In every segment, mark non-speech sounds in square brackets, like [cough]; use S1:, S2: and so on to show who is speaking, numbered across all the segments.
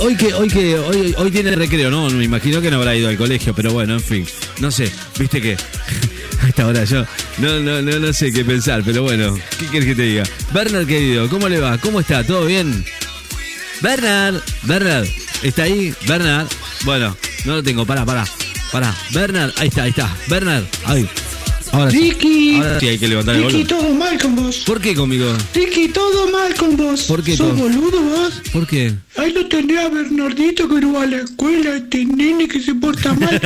S1: hoy que, hoy que, hoy, hoy tiene recreo, ¿no? Me imagino que no habrá ido al colegio, pero bueno, en fin. No sé, viste que. [laughs] Hasta ahora yo no, no, no, no sé qué pensar, pero bueno, ¿qué quieres que te diga? Bernard querido, ¿cómo le va? ¿Cómo está? ¿Todo bien? Bernard, Bernard, ¿está ahí? Bernard, bueno, no lo tengo, pará, pará, pará. Bernard, ahí está, ahí está, Bernard, ahí. Ahora sí.
S2: Ricky,
S1: Ahora sí hay que levantar el
S2: Ricky,
S1: volumen.
S2: todo mal con vos.
S1: ¿Por qué conmigo?
S2: Ricky, todo mal con vos.
S1: ¿Por qué
S2: ¿Sos
S1: con-
S2: boludo vos?
S1: ¿Por qué?
S2: Ahí lo tenés a Bernardito que no va a la escuela, este nene que se
S1: [laughs]
S2: porta mal.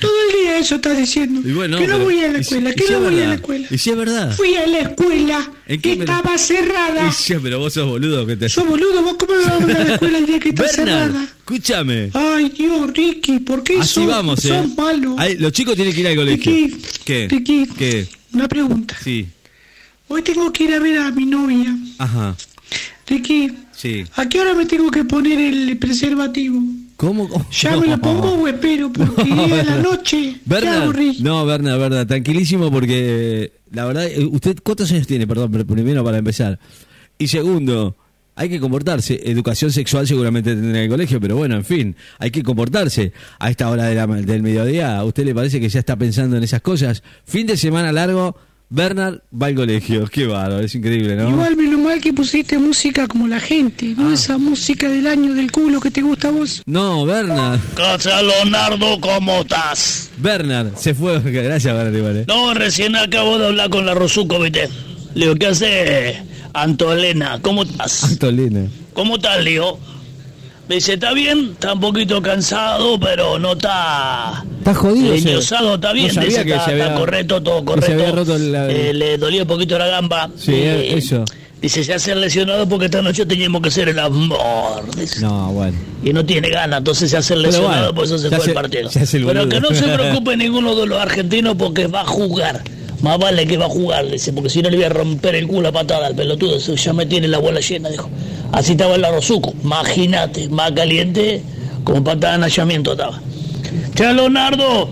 S2: todo el día eso estás diciendo.
S1: Y bueno,
S2: que no
S1: pero-
S2: voy a la
S1: y si-
S2: escuela,
S1: y
S2: que
S1: si
S2: no
S1: es
S2: voy a la
S1: verdad,
S2: escuela.
S1: Y si es verdad.
S2: Fui a la escuela,
S1: ¿En
S2: que
S1: qué me-
S2: estaba cerrada.
S1: Y si- pero vos sos boludo que te.
S2: Sos boludo, vos cómo me vas a mandar a la escuela el día que está
S1: Bernard,
S2: cerrada.
S1: escúchame.
S2: Ay, Dios, Ricky, ¿por qué
S1: Así
S2: sos,
S1: vamos, eh.
S2: sos malo?
S1: Ahí, los chicos tienen que ir al colegio.
S2: Ricky,
S1: ¿Qué?
S2: Ricky,
S1: ¿Qué?
S2: una pregunta.
S1: Sí.
S2: Hoy tengo que ir a ver a mi novia.
S1: Ajá.
S2: Ricky,
S1: Sí.
S2: ¿a qué hora me tengo que poner el preservativo?
S1: ¿Cómo?
S2: ¿Ya me lo pongo o
S1: [laughs]
S2: espero? Porque es a la noche. ¿Qué hago,
S1: Bernard,
S2: Ricky?
S1: no, Bernard, Bernard, tranquilísimo porque eh, la verdad, eh, usted ¿cuántos años tiene? Perdón, pero primero para empezar. Y segundo, hay que comportarse. Educación sexual seguramente tendrá en el colegio, pero bueno, en fin, hay que comportarse. A esta hora de la ma- del mediodía, ¿a usted le parece que ya está pensando en esas cosas? Fin de semana largo, Bernard va al colegio. Qué bárbaro, es increíble, ¿no?
S2: Igual menos mal que pusiste música como la gente,
S1: Ah.
S2: no esa música del año del culo que te gusta a vos.
S1: No, Bernard,
S3: Casa Leonardo, ¿cómo estás?
S1: Bernard, se fue. [laughs] Gracias, Bernard, igual, eh.
S3: No, recién acabo de hablar con la Rosuco, ¿viste? Leo, ¿qué hace Antolena? ¿Cómo estás?
S1: Antolina.
S3: ¿Cómo estás, Leo? Me dice, ¿está bien? Está un poquito cansado, pero no está...
S1: Está jodido. ese.
S3: Leñosado, está bien.
S1: No sabía
S3: dice,
S1: que
S3: está,
S1: se
S3: está
S1: había-
S3: correcto, todo
S1: que
S3: correcto.
S1: se había roto la-
S3: Eh, le dolía un poquito la gamba. Eh,
S1: Sí, eso.
S3: Dice, ya se ha lesionado porque esta noche teníamos que hacer el amor. dice.
S1: No, bueno.
S3: Y no tiene ganas, entonces se hace el
S1: Pero
S3: lesionado,
S1: bueno,
S3: por eso se
S1: se
S3: fue
S1: hace-
S3: el partido.
S1: se hace el
S3: Pero
S1: boludo.
S3: que no
S1: [laughs]
S3: se preocupe ninguno de los argentinos porque va a jugar. Más vale que va a jugar, le dice, porque si no le voy a romper el culo a patada al pelotudo. Eso ya me tiene la bola llena, dijo. Así estaba el Rosuco, imagínate, más caliente, como patada de nacimiento estaba. Che, Leonardo,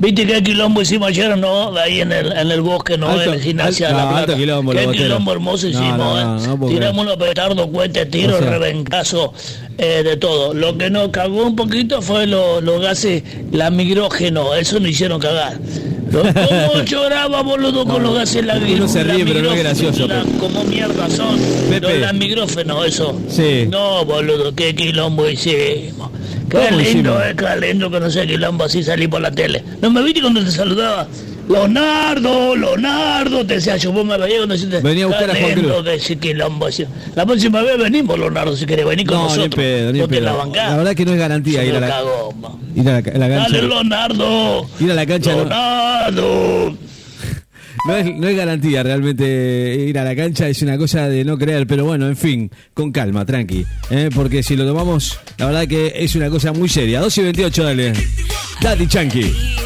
S3: viste que hay quilombo hicimos ayer, ¿no? Ahí en el, en el bosque, ¿no?
S1: Alto-
S3: en el gimnasia
S1: al-
S3: de
S1: no,
S3: la Plata.
S1: alto quilombo,
S3: Qué
S1: los boteros.
S3: quilombo hermoso
S1: No,
S3: hicimos,
S1: no,
S3: ¿eh?
S1: no, no puedo creer.
S3: Tiramos unos petardos, cuentes, tiros,
S1: O sea.
S3: rebencazo, eh, de todo. Lo que nos cagó un poquito fue lo- los gases lamirógenos, eso nos hicieron cagar.
S1: [laughs]
S3: Lo- ¿Cómo lloraba, boludo, con los gases lagrimógenos?
S1: uno se ríe, pero no es gracioso, Pepe.
S3: Como mierda son los
S1: Pepe.
S3: lamigrógenos, eso.
S1: Sí.
S3: No, boludo, qué quilombo hicimos. Qué
S1: ¿Cómo
S3: lindo,
S1: hicimos?
S3: eh, qué lindo que no sea quilombo así salí por la tele. ¿No me viste cuando te saludaba? Leonardo, Leonardo, te decía yo, vos me veías cuando decías,
S1: Venía a buscar a
S3: "Qué
S1: Juan
S3: lindo
S1: Cruz".
S3: que ese quilombo así. La próxima vez venimos, Leonardo, si querés venir con
S1: No,
S3: nosotros.
S1: ni pedo, ni
S3: Vos te
S1: pedo.
S3: la bancás.
S1: La verdad que no es garantía
S3: Yo
S1: ir a
S3: me
S1: la-
S3: cago, ma.
S1: Ir a la, a la cancha.
S3: Dale, Leonardo.
S1: Ir a la cancha, no.
S3: Leonardo.
S1: No es, no es garantía realmente ir a la cancha, es una cosa de no creer, pero bueno, en fin, con calma, tranqui. ¿eh? Porque si lo tomamos, la verdad que es una cosa muy seria. 2 y 28, dale. Daddy Chunky.